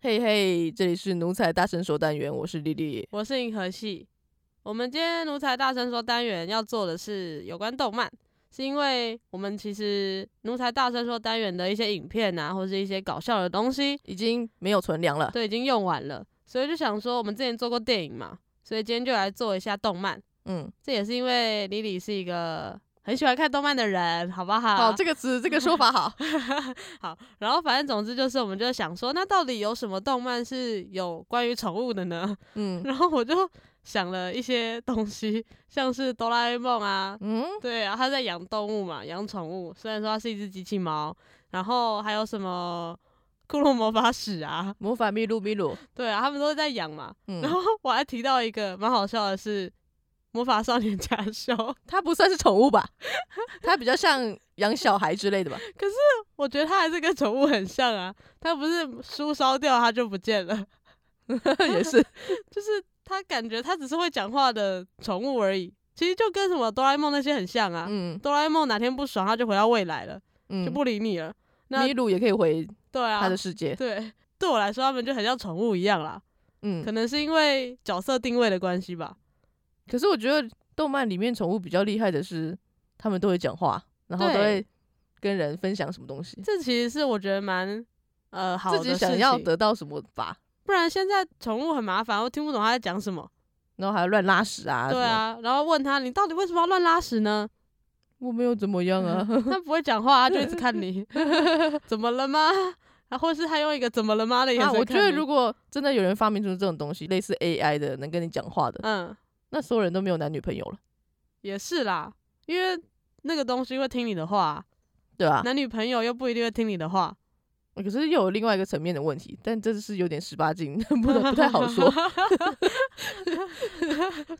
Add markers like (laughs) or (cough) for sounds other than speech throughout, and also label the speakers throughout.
Speaker 1: 嘿嘿，这里是奴才大声说单元，我是丽丽。
Speaker 2: 我是银河系。我们今天奴才大声说单元要做的是有关动漫，是因为我们其实奴才大声说单元的一些影片啊，或是一些搞笑的东西，
Speaker 1: 已经没有存粮了，
Speaker 2: 对，已经用完了，所以就想说我们之前做过电影嘛，所以今天就来做一下动漫。
Speaker 1: 嗯，
Speaker 2: 这也是因为李李是一个很喜欢看动漫的人，好不好？
Speaker 1: 好，这个词这个说法
Speaker 2: (laughs)
Speaker 1: 好，
Speaker 2: 好，然后反正总之就是，我们就想说，那到底有什么动漫是有关于宠物的呢？
Speaker 1: 嗯
Speaker 2: 然后我就想了一些东西，像是哆啦 A 梦啊，
Speaker 1: 嗯，
Speaker 2: 对啊，他在养动物嘛，养宠物，虽然说它是一只机器猫，然后还有什么库洛魔法使啊，
Speaker 1: 魔法秘鲁秘鲁，
Speaker 2: 对啊，他们都在养嘛。 (laughs) 然
Speaker 1: 嗯，
Speaker 2: 后我还提到一个蛮好笑的是。魔法少年假修，
Speaker 1: 它不算是宠物吧？它比较像养小孩之类
Speaker 2: (laughs)
Speaker 1: 的吧？
Speaker 2: (laughs) 我觉得它还是跟宠物很像啊。它不是书烧掉它就不见了， (laughs)
Speaker 1: 也是，
Speaker 2: 就是它感觉它只是会讲话的宠物而已，其实就跟什么哆啦 A 梦那些很像啊。
Speaker 1: 嗯
Speaker 2: 哆啦 A 梦哪天不爽，他就回到未来了，就
Speaker 1: 嗯，
Speaker 2: 不理你了。那
Speaker 1: 秘鲁也可以回
Speaker 2: 对啊，
Speaker 1: 它的世界，
Speaker 2: 对，对我来说，他们就很像宠物一样啦。
Speaker 1: 嗯
Speaker 2: 可。能是因为角色定位的关系吧。
Speaker 1: 可是我觉得动漫里面宠物比较厉害的是，他们都会讲话，然后都
Speaker 2: 对
Speaker 1: 会跟人分享什么东西，
Speaker 2: 这其实是我觉得蛮呃好的
Speaker 1: 自己想要
Speaker 2: 事情，
Speaker 1: 得到什么吧，
Speaker 2: 不然现在宠物很麻烦，我听不懂它在讲什么。
Speaker 1: 然后还要乱拉屎啊，
Speaker 2: 对，啊，然后问他你到底为什么要乱拉屎呢？
Speaker 1: 我没有怎么样
Speaker 2: (laughs)
Speaker 1: 啊，
Speaker 2: 它不会讲话，它就一直看
Speaker 1: (laughs)
Speaker 2: 你， (laughs) 怎么了吗？然后是他用一个怎么了吗的眼
Speaker 1: 啊，
Speaker 2: 神看你、
Speaker 1: 我觉得如果真的有人发明出这种东西，类似 AI 的，能跟你讲话的，
Speaker 2: 嗯
Speaker 1: 那所有人都没有男女朋友了，
Speaker 2: 也是啦，因为那个东西会听你的话啊、
Speaker 1: 对吧、
Speaker 2: 男女朋友又不一定会听你的话，
Speaker 1: 可是又有另外一个层面的问题，但这是有点十八禁， (laughs) 不能不太好说。。
Speaker 2: (laughs)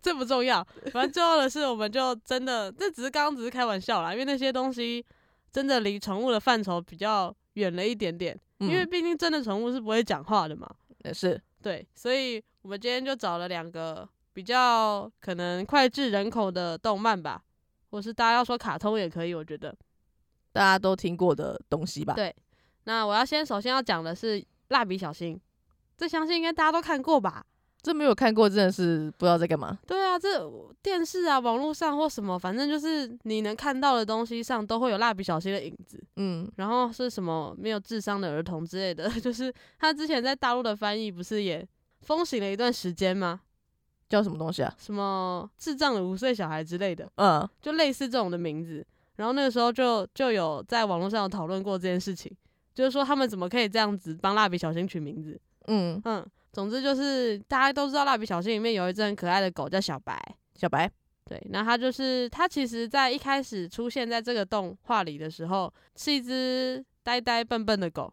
Speaker 2: 这不重要，反正最后的是，我们就真的，这只是刚刚只是开玩笑啦，因为那些东西真的离宠物的范畴比较远了一点点，
Speaker 1: 嗯、
Speaker 2: 因为毕竟真的宠物是不会讲话的嘛，
Speaker 1: 呃是，
Speaker 2: 对，所以我们今天就找了两个比较可能脍炙人口的动漫吧，或是大家要说卡通也可以，我觉得。
Speaker 1: 大家都听过的东西吧？
Speaker 2: 对那我要先首先要讲的是《蜡笔小新》，这相信应该大家都看过吧？
Speaker 1: 这没有看过，真的是不知道在干嘛。
Speaker 2: 对啊，这电视啊、网络上或什么，反正就是你能看到的东西上都会有蜡笔小新的影子。
Speaker 1: 嗯，
Speaker 2: 然后是什么没有智商的儿童之类的， (laughs) 就是他之前在大陆的翻译不是也风行了一段时间吗？
Speaker 1: 叫什么东西啊？
Speaker 2: 什么智障的五岁小孩之类的，
Speaker 1: 嗯，
Speaker 2: 就类似这种的名字。然后那个时候就就有在网络上有讨论过这件事情，就是说他们怎么可以这样子帮蜡笔小新取名字？
Speaker 1: 嗯，
Speaker 2: 嗯，总之就是大家都知道蜡笔小新里面有一只很可爱的狗叫小白，
Speaker 1: 小白，
Speaker 2: 对，那它就是它，其实在一开始出现在这个动画里的时候，是一只呆呆笨笨的狗，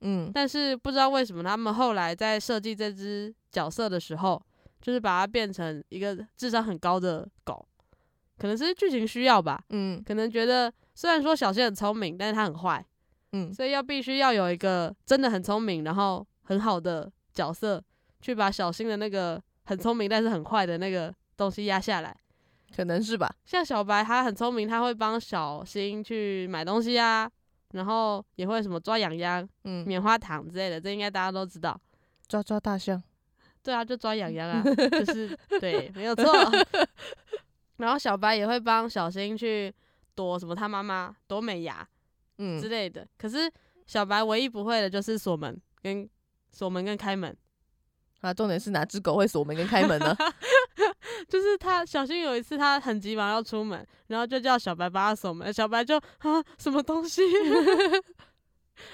Speaker 1: 嗯
Speaker 2: 但是不知道为什么他们后来在设计这只角色的时候，就是把它变成一个智商很高的狗，可能是剧情需要吧，
Speaker 1: 嗯
Speaker 2: 可能觉得虽然说小新很聪明，但是他很坏，
Speaker 1: 嗯，
Speaker 2: 所以要必须要有一个真的很聪明，然后很好的角色，去把小新的那个很聪明但是很坏的那个东西压下来。
Speaker 1: 可能是吧。
Speaker 2: 像小白他很聪明，他会帮小新去买东西啊，然后也会什么抓痒痒、
Speaker 1: 嗯，
Speaker 2: 棉花糖之类的，这应该大家都知道。
Speaker 1: 抓抓大象，
Speaker 2: 对啊，就抓痒
Speaker 1: (laughs)
Speaker 2: 痒啊，就是对，没有错。然后小白也会帮小新去躲什么他妈妈躲美牙之
Speaker 1: 嗯，
Speaker 2: 类的。可是小白唯一不会的就是锁门跟锁门跟开门，
Speaker 1: 啊，重点是哪只狗会锁门跟开门
Speaker 2: (laughs)
Speaker 1: 呢？
Speaker 2: 就是他小新有一次他很急忙要出门，然后就叫小白帮他锁门，小白就啊什么东西，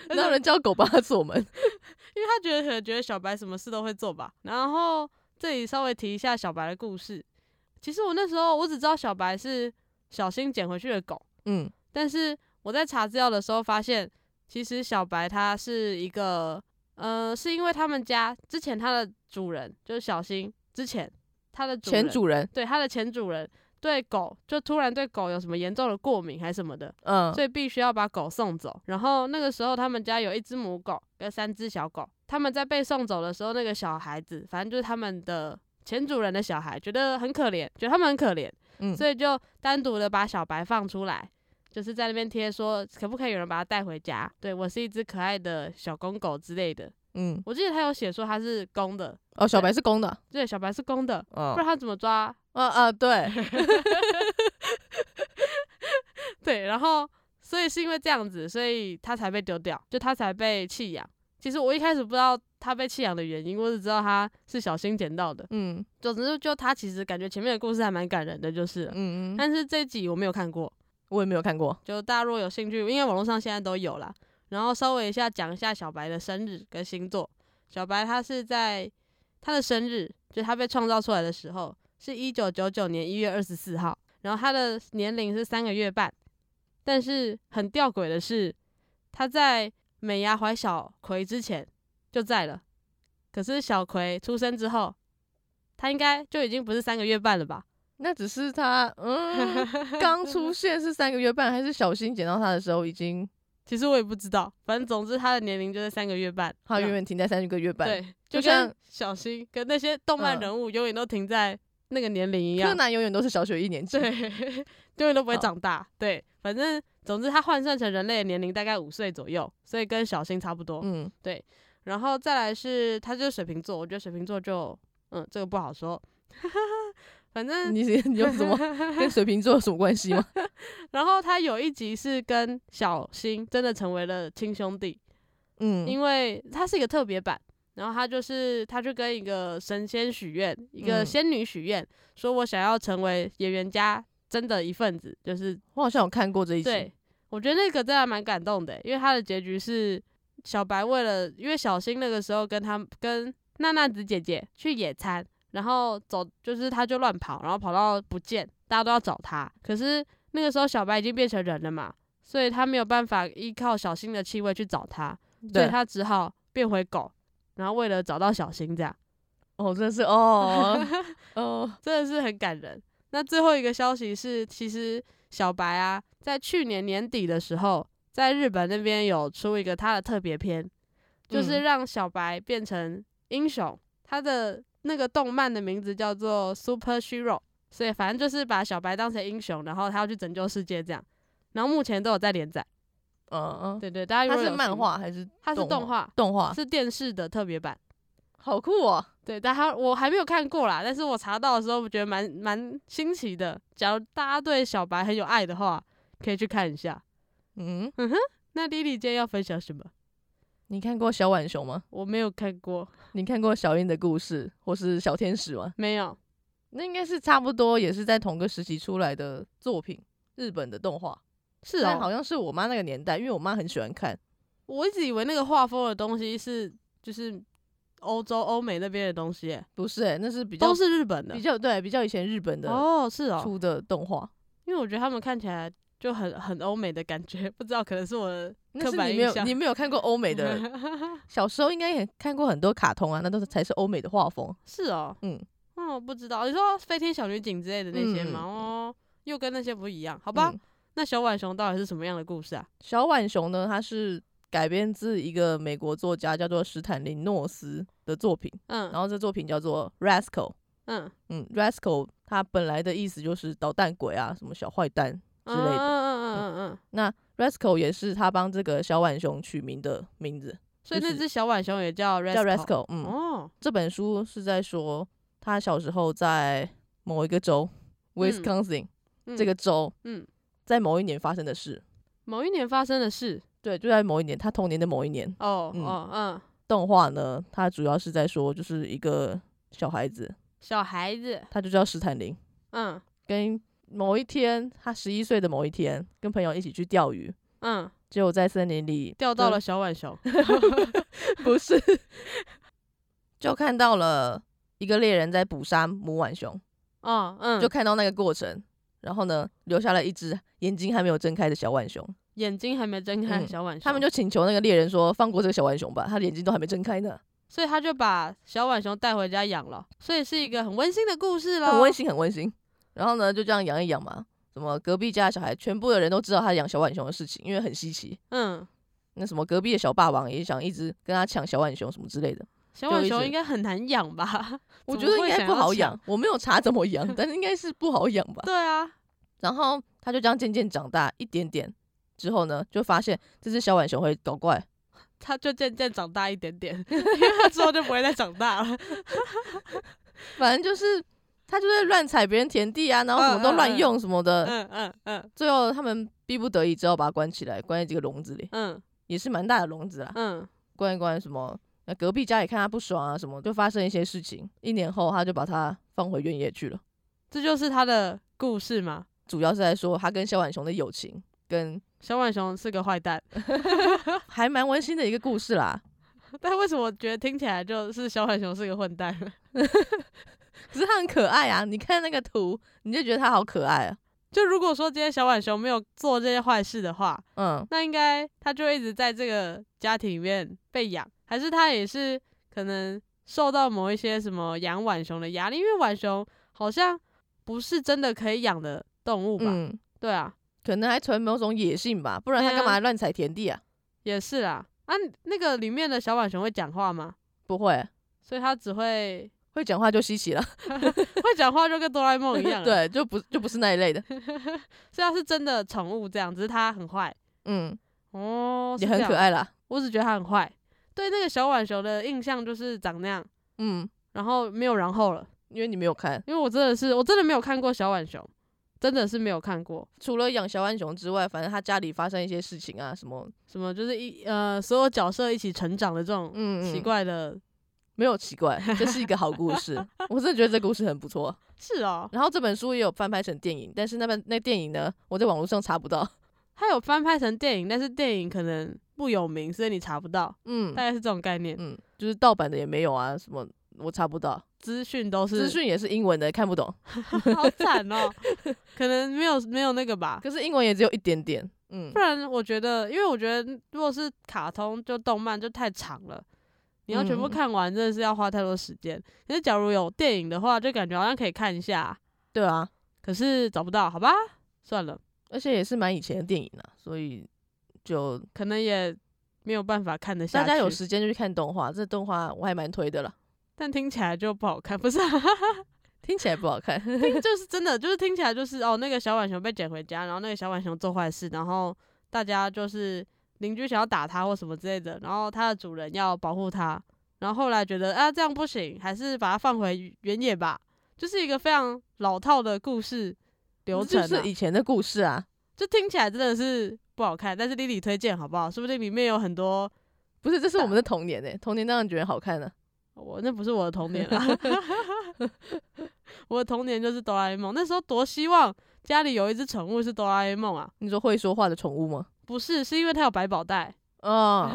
Speaker 1: 哪有人叫狗帮它锁门？
Speaker 2: 因为他觉得可能觉得小白什么事都会做吧。然后这里稍微提一下小白的故事。其实我那时候我只知道小白是小新捡回去的狗，
Speaker 1: 嗯
Speaker 2: 但是我在查资料的时候发现，其实小白它是一个，呃，是因为他们家之前它的主人就是小新之前它的主人
Speaker 1: 前主人，
Speaker 2: 对它的前主人对狗就突然对狗有什么严重的过敏还是什么的，
Speaker 1: 嗯
Speaker 2: 所以必须要把狗送走。然后那个时候他们家有一只母狗跟三只小狗，他们在被送走的时候，那个小孩子，反正就是他们的前主人的小孩，觉得很可怜，觉得他们很可怜，
Speaker 1: 嗯，
Speaker 2: 所以就单独的把小白放出来。就是在那边贴说，可不可以有人把它带回家？对我是一只可爱的小公狗之类的，
Speaker 1: 嗯，
Speaker 2: 我记得他有写说他是公的，
Speaker 1: 哦，小白是公的
Speaker 2: (laughs)
Speaker 1: 啊，
Speaker 2: 对，小白是公的，不
Speaker 1: 嗯
Speaker 2: 然他怎么抓？
Speaker 1: 啊啊，对，
Speaker 2: 对，然后所以是因为这样子，所以他才被丢掉，就他才被弃养。其实我一开始不知道他被弃养的原因，我只知道他是小新捡到的。
Speaker 1: 嗯
Speaker 2: (laughs) 总之，就他其实感觉前面的故事还蛮感人的，就是了。
Speaker 1: 嗯嗯，
Speaker 2: 但是这一集我没有看过，
Speaker 1: 我也没有看过，
Speaker 2: 就大家如果有兴趣，因为网络上现在都有啦。然后稍微一下讲一下小白的生日跟星座。小白他是在他的生日，就他被创造出来的时候，是一九九九年一月二十四号。然后他的年龄是三个月半，但是很吊诡的是，他在美伢怀小葵之前就在了，可是小葵出生之后，他应该就已经不是三个月半了吧？
Speaker 1: 那只是他嗯
Speaker 2: (laughs)
Speaker 1: 刚出现是三个月半，还是小新捡到他的时候已经
Speaker 2: 其实我也不知道，反正总之他的年龄就是三个月半，啊
Speaker 1: 他
Speaker 2: 那
Speaker 1: 远远停在三个月半，，
Speaker 2: 对，
Speaker 1: 就
Speaker 2: 就
Speaker 1: 像
Speaker 2: 跟小新跟那些动漫
Speaker 1: 嗯
Speaker 2: 人物永远都停在那个年龄一
Speaker 1: 柯
Speaker 2: 样，
Speaker 1: 南永嗯远都是小学一年级，
Speaker 2: 对， (laughs) 永远都不会
Speaker 1: 好
Speaker 2: 长大，对，反正总之他换算成人类的年龄大概五岁左右，所以跟小新差不多。
Speaker 1: 嗯
Speaker 2: 然后再来是他就是水瓶座，我觉得水瓶座就嗯这个不好说， (laughs) 反正
Speaker 1: 你是你有什
Speaker 2: (laughs)
Speaker 1: 么跟水瓶座有什么关系吗？
Speaker 2: 然后他有一集是跟小新真的成为了亲兄弟，
Speaker 1: 嗯
Speaker 2: (laughs) 因为它是一个特别版，然后他就是他就跟一个神仙许愿，一个
Speaker 1: 嗯
Speaker 2: 仙女许愿，说我想要成为演员家真的一份子，就是
Speaker 1: 我好像有看过这一集
Speaker 2: 对，我觉得那个真的还蛮感动的，欸因为他的结局是小白为了因为小新那个时候跟他跟娜娜子姐姐去野餐，然后走就是他就乱跑，然后跑到不见，大家都要找他，可是那个时候小白已经变成人了嘛。所以他没有办法依靠小新的气味去找他，所以
Speaker 1: 对，
Speaker 2: 他只好变回狗，然后为了找到小新，这样 (laughs)
Speaker 1: 哦，真的是哦哦，
Speaker 2: 真的是很感人。那最后一个消息是，其实小白啊，在去年年底的时候，在日本那边有出一个他的特别篇，就是
Speaker 1: 嗯
Speaker 2: 让小白变成英雄。他的那个动漫的名字叫做 Super Hero，所以反正就是把小白当成英雄，然后他要去拯救世界这样。然后目前都有在连载，
Speaker 1: 嗯嗯，
Speaker 2: 对对，大家如
Speaker 1: 它
Speaker 2: 果
Speaker 1: 是
Speaker 2: 有
Speaker 1: 漫
Speaker 2: 兴趣，
Speaker 1: 画还是
Speaker 2: 它是动画，
Speaker 1: 动画？
Speaker 2: 是电视的特别版。
Speaker 1: 好酷哦！
Speaker 2: 对，但他我还没有看过啦，但是我查到的时候，我觉得蛮蛮新奇的。假如大家对小白很有爱的话，可以去看一下。
Speaker 1: 嗯，
Speaker 2: 那莉莉今天要分享什么？
Speaker 1: 你看过小浣熊吗？
Speaker 2: 我没有看过，
Speaker 1: 你看过小樱的故事或是小天使吗？
Speaker 2: 没有。
Speaker 1: 那应该是差不多，也是在同个时期出来的作品，日本的动画。
Speaker 2: 是
Speaker 1: 但好
Speaker 2: 哦，
Speaker 1: 像是我妈那个年代，因为我妈很喜欢看。
Speaker 2: 我一直以为那个画风的东西是就是欧洲欧美那边的东西耶，
Speaker 1: 不是、欸，那是比较
Speaker 2: 都是日本的
Speaker 1: 比。较对比较以前日本的
Speaker 2: 哦，是哦，
Speaker 1: 出的动画。
Speaker 2: 因为我觉得他们看起来就很很欧美的感觉，不知道可能是我
Speaker 1: (laughs)
Speaker 2: 的
Speaker 1: 那
Speaker 2: 刻
Speaker 1: 是
Speaker 2: 板
Speaker 1: 你没
Speaker 2: 印
Speaker 1: 有
Speaker 2: 象
Speaker 1: 你。没有看过欧美
Speaker 2: (laughs)
Speaker 1: 的，小时候应该也看过很多卡通啊，那都是才是欧美的画风。
Speaker 2: 是哦，
Speaker 1: 嗯，
Speaker 2: 哦，不知道，你说飞天小女警之类的那些吗？
Speaker 1: 嗯
Speaker 2: 哦，又跟那些不一样，好吧？
Speaker 1: 嗯
Speaker 2: 那小浣熊到底是什么样的故事啊？
Speaker 1: 小浣熊呢，它是改编自一个美国作家叫做史坦林诺斯的作品，然
Speaker 2: 嗯
Speaker 1: 后这作品叫做《Rascal》。
Speaker 2: 嗯
Speaker 1: 嗯，《Rascal》它本来的意思就是捣蛋鬼啊，什么小坏蛋。
Speaker 2: 嗯
Speaker 1: 之类的
Speaker 2: 嗯嗯嗯嗯嗯，
Speaker 1: 那 Rascal 也是他帮这个小浣熊取名的名字，
Speaker 2: 所以
Speaker 1: 就
Speaker 2: 那
Speaker 1: 是
Speaker 2: 只小浣熊也叫
Speaker 1: 叫
Speaker 2: Rascal。
Speaker 1: Rascal。嗯，
Speaker 2: 哦，
Speaker 1: 这本书是在说他小时候在某一个州，Wisconsin、
Speaker 2: 嗯
Speaker 1: 这个州，
Speaker 2: 嗯，
Speaker 1: 在某一年发生的事。
Speaker 2: 某一年发生的事。
Speaker 1: 对，就在某一年，他童年的某一年。
Speaker 2: 哦
Speaker 1: 嗯
Speaker 2: 哦嗯，
Speaker 1: 动画呢，它主要是在说，就是一个小孩子，
Speaker 2: 小孩子，
Speaker 1: 他就叫史坦林，
Speaker 2: 嗯
Speaker 1: 跟某一天，他十一岁的某一天，跟朋友一起去钓鱼，
Speaker 2: 嗯，
Speaker 1: 结果在森林里
Speaker 2: 钓到
Speaker 1: 就
Speaker 2: 了小浣熊。
Speaker 1: 不是， (laughs) 就看到了一个猎人在捕杀母浣熊，
Speaker 2: 哦嗯，
Speaker 1: 就看到那个过程，然后呢，留下了一只眼睛还没有睁开的小浣熊。
Speaker 2: 眼睛还没睁开的
Speaker 1: 嗯
Speaker 2: 小浣熊，
Speaker 1: 他们就请求那个猎人说：“放过这个小浣熊吧，它的眼睛都还没睁开呢。
Speaker 2: 所以他就把小浣熊带回家养了，所以是一个很温馨的故事”了。
Speaker 1: 很温馨，很温馨。然后呢，就这样养一养嘛。什么隔壁家的小孩，全部的人都知道他养小浣熊的事情，因为很稀奇。
Speaker 2: 嗯，
Speaker 1: 那什么隔壁的小霸王也想一直跟他抢小浣熊什么之类的，
Speaker 2: 小
Speaker 1: 就
Speaker 2: 浣
Speaker 1: 一
Speaker 2: 熊
Speaker 1: 直
Speaker 2: 应该很难养吧？
Speaker 1: (laughs) 我
Speaker 2: 怎
Speaker 1: 觉
Speaker 2: 么
Speaker 1: 得应
Speaker 2: 会
Speaker 1: 该
Speaker 2: 想
Speaker 1: 不
Speaker 2: 要
Speaker 1: 好
Speaker 2: 抢
Speaker 1: 养，我没有查怎么养，但是应该是不好养吧。
Speaker 2: (laughs) 对啊，
Speaker 1: 然后他就这样渐渐长大一点点之后呢，就发现这只小浣熊会搞怪，
Speaker 2: 它就渐渐长大一点
Speaker 1: (laughs)
Speaker 2: 点，因为它之后就不会再长大了。
Speaker 1: 反正就是他就在乱踩别人田地啊，然后什么都乱用什么的。
Speaker 2: 嗯嗯嗯
Speaker 1: 最后他们逼不得已，只好把它关起来，关在几个笼子里，
Speaker 2: 嗯
Speaker 1: 也是蛮大的笼子啦。
Speaker 2: 嗯，
Speaker 1: 关一关什么，那隔壁家也看他不爽啊，什么就发生一些事情。一年后，他就把他放回原野去了。
Speaker 2: 这就是它的故事嘛。
Speaker 1: 主要是在说他跟小浣熊的友情，跟
Speaker 2: 小浣熊是个坏蛋， (laughs)
Speaker 1: 还蛮温馨的一个故事啦。
Speaker 2: 但为什么我觉得听起来就是小浣熊是个混蛋？
Speaker 1: 可是他很可爱啊，你看那个图，你就觉得他好可爱啊。
Speaker 2: (laughs) 就如果说今天小浣熊没有做这些坏事的话，
Speaker 1: 嗯，
Speaker 2: 那应该他就一直在这个家庭里面被养，还是他也是可能受到某一些什么养浣熊的压力？因为浣熊好像不是真的可以养的动物吧？
Speaker 1: 嗯，
Speaker 2: 对啊，
Speaker 1: 可能还存某种野性吧，不然他
Speaker 2: 对啊
Speaker 1: 干嘛乱踩田地啊？
Speaker 2: 也是啦。啊，那个里面的小浣熊会讲话吗？
Speaker 1: 不会，
Speaker 2: 所以它只会
Speaker 1: 会讲话就稀奇了。。
Speaker 2: 会讲话，就跟哆啦 A 梦一
Speaker 1: (laughs)
Speaker 2: 样，啊
Speaker 1: 对，就不就不是那一类
Speaker 2: (laughs)
Speaker 1: 的。
Speaker 2: 所以它是真的宠物这样，只是它很坏
Speaker 1: 嗯，
Speaker 2: 哦，
Speaker 1: 也
Speaker 2: 是这
Speaker 1: 很
Speaker 2: 样
Speaker 1: 可。爱啦。
Speaker 2: 我只觉得它很坏，对那个小浣熊的印象就是长那样，
Speaker 1: 嗯，
Speaker 2: 然后没有然后了。
Speaker 1: 因为你没有看，
Speaker 2: 因为我真的是我真的没有看过小浣熊，真的是没有看过
Speaker 1: 除了养小浣熊之外，反正他家里发生一些事情啊，什么，
Speaker 2: 什么就是一呃所有角色一起成长的这种
Speaker 1: 嗯，
Speaker 2: 奇
Speaker 1: 嗯
Speaker 2: 怪的，
Speaker 1: 没有奇
Speaker 2: (laughs)
Speaker 1: 怪，这是一个好故事，我真的觉得这故事很不错。
Speaker 2: 是哦，
Speaker 1: 然后这本书也有翻拍成电影，但是那本那电影呢，我在网络上查不到。
Speaker 2: 它有翻拍成电影，但是电影可能不有名，所以你查不到，
Speaker 1: 嗯
Speaker 2: 大概是这种概念，
Speaker 1: 嗯，就是盗版的也没有啊，什么我查不到，
Speaker 2: 资讯都是
Speaker 1: 资讯也是英文的，看不懂。
Speaker 2: (laughs) 好惨
Speaker 1: (laughs)
Speaker 2: 哦，可能没有没有那个吧。
Speaker 1: 可是英文也只有一点点。嗯
Speaker 2: 不，然我觉得，因为我觉得如果是卡通就动漫就太长了，你要全部
Speaker 1: 嗯
Speaker 2: 看完真的是要花太多时间。可是假如有电影的话，就感觉好像可以看一下、
Speaker 1: 对啊，
Speaker 2: 可是找不到，好吧，算了，
Speaker 1: 而且也是蛮以前的电影啊，所以就
Speaker 2: 可能也没有办法看得下
Speaker 1: 大
Speaker 2: 去。
Speaker 1: 家有时间就去看动画，这动画我还蛮推的啦，
Speaker 2: 但听起来就不好看，不是、啊，
Speaker 1: 听起来不好
Speaker 2: (laughs)
Speaker 1: 看。
Speaker 2: 听就是真的，就是听起来就是哦，那个小浣熊被捡回家，然后那个小浣熊做坏事，然后大家就是邻居想要打它或什么之类的，然后它的主人要保护它，然后后来觉得啊这样不行，还是把它放回原野吧，就是一个非常老套的故事流程、啊，
Speaker 1: 就是以前的故事啊，
Speaker 2: 就听起来真的是不好看。但是丽丽推荐好不好？说不定里面有很多
Speaker 1: 不是，这是我们的童年诶、欸童年当然觉得好看了、啊
Speaker 2: 我那不是我的童
Speaker 1: (laughs)
Speaker 2: 年啦，我的童年就是哆啦 A 梦。那时候多希望家里有一只宠物是哆啦 A 梦啊，
Speaker 1: 你说会说话的宠物吗？
Speaker 2: 不是，是因为它有百宝袋。
Speaker 1: 哦，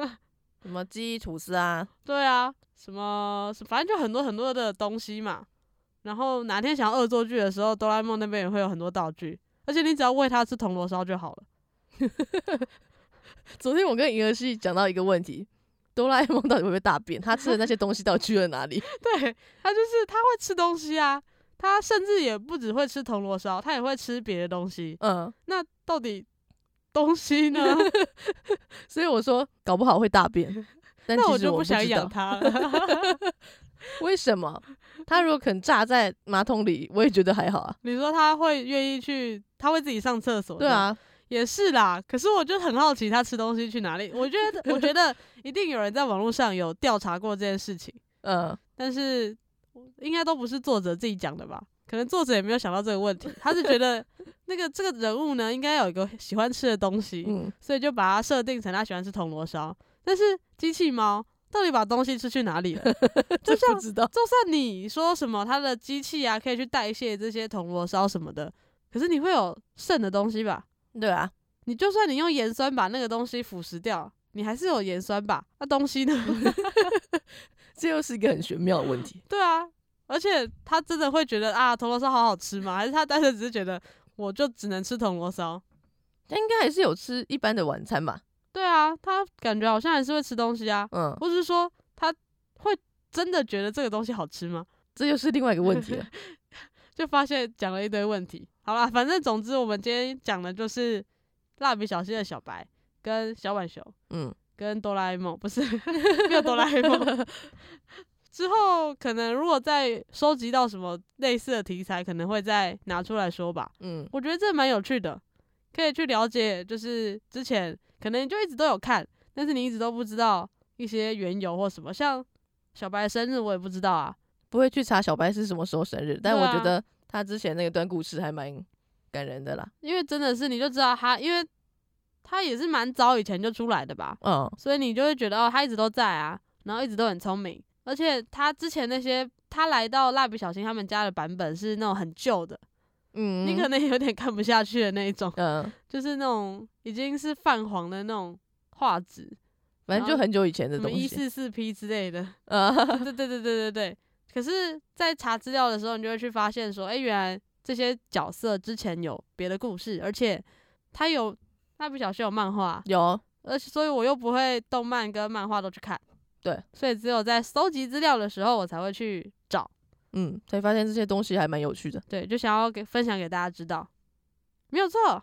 Speaker 2: (laughs)
Speaker 1: 什么记忆吐司啊？
Speaker 2: 对啊，什么反正就很多很多的东西嘛。然后哪天想要恶作剧的时候，哆啦 A 梦那边也会有很多道具，而且你只要喂它吃铜锣烧就好了。 (laughs)
Speaker 1: 昨天我跟银儿系讲到一个问题，哆啦 A 梦到底会不会大便？他吃的那些东西到底去了哪里？
Speaker 2: 对，它就是它会吃东西啊，它甚至也不只会吃铜锣烧，它也会吃别的东西。
Speaker 1: 嗯，
Speaker 2: 那到底东西呢？
Speaker 1: 所以我说搞不好会大
Speaker 2: (laughs)
Speaker 1: 便， (laughs) 但
Speaker 2: 那
Speaker 1: 其
Speaker 2: 我
Speaker 1: 实
Speaker 2: 就
Speaker 1: 我
Speaker 2: 不
Speaker 1: 知道
Speaker 2: 想养。它了。 (laughs)
Speaker 1: 为什么？他如果肯炸在马桶里，我也觉得还好啊。
Speaker 2: 你说它会愿意去，它会自己上厕所？
Speaker 1: 对，啊，
Speaker 2: 也是啦。可是我就很好奇它吃东西去哪里。我觉得，我觉得一定有人在网络上有调查过这件事情，
Speaker 1: 嗯，
Speaker 2: 但是应该都不是作者自己讲的吧？可能作者也没有想到这个问题，他是觉得那个这个人物呢，应该有一个喜欢吃的东西，
Speaker 1: (laughs) 嗯，
Speaker 2: 所以就把它设定成他喜欢吃铜锣烧。但是机器猫到底把东西吃去哪里了？
Speaker 1: (laughs) 这
Speaker 2: 就像
Speaker 1: 不知道。
Speaker 2: 就算你说什么它的机器啊可以去代谢这些铜锣烧什么的，可是你会有剩的东西吧？
Speaker 1: 对啊，
Speaker 2: 你就算你用盐酸把那个东西腐蚀掉，你还是有盐酸吧？那、东西呢？ (laughs)
Speaker 1: 这又是一个很玄妙的问题。
Speaker 2: 对啊，而且他真的会觉得啊铜锣烧好好吃吗？还是他单纯只是觉得我就只能吃铜锣烧？
Speaker 1: 他应该还是有吃一般的晚餐吧？
Speaker 2: 对啊，他感觉好像还是会吃东西啊，
Speaker 1: 嗯，
Speaker 2: 或是说他会真的觉得这个东西好吃吗？
Speaker 1: (laughs) 这又是另外一个问题了。
Speaker 2: 就发现讲了一堆问题。好啦，反正总之我们今天讲的就是蜡笔小新的小白跟小浣熊
Speaker 1: (laughs) 嗯，
Speaker 2: 跟哆啦 A 梦，不是 (laughs) 没有哆啦 A 梦。之后可能如果再收集到什么类似的题材，可能会再拿出来说吧。
Speaker 1: 嗯，
Speaker 2: 我觉得这蛮有趣的，可以去了解，就是之前可能就一直都有看，但是你一直都不知道一些缘由或什么，像小白的生日我也不知道啊。
Speaker 1: 不会去查小白是什么时候生日，但
Speaker 2: 对
Speaker 1: 我觉
Speaker 2: 啊
Speaker 1: 得他之前那段故事还蛮感人的啦。
Speaker 2: 因为真的是你就知道他，因为他也是蛮早以前就出来的吧，
Speaker 1: 嗯，
Speaker 2: 所以你就会觉得哦，他一直都在啊，然后一直都很聪明，而且他之前那些他来到蜡笔小新他们家的版本是那种很旧的，
Speaker 1: 嗯，
Speaker 2: 你可能有点看不下去的那一种，
Speaker 1: 嗯，
Speaker 2: 就是那种已经是泛黄的那种画质，
Speaker 1: 反正
Speaker 2: 然
Speaker 1: 就
Speaker 2: 后
Speaker 1: 很久以前的
Speaker 2: 什么
Speaker 1: 东西。
Speaker 2: 一四四 P 之类的， (laughs)
Speaker 1: 呃，
Speaker 2: 对对对对对对。可是，在查资料的时候，你就会去发现说，哎、原来这些角色之前有别的故事，而且他有蜡笔小新有漫
Speaker 1: (laughs)
Speaker 2: 画，
Speaker 1: 有，啊
Speaker 2: 而且所以我又不会动漫跟漫画都去看，
Speaker 1: 对，
Speaker 2: 所以只有在搜集资料的时候，我才会去找，
Speaker 1: 嗯，才发现这些东西还蛮有趣的。
Speaker 2: 对，就想要给分享给大家知道，没有错。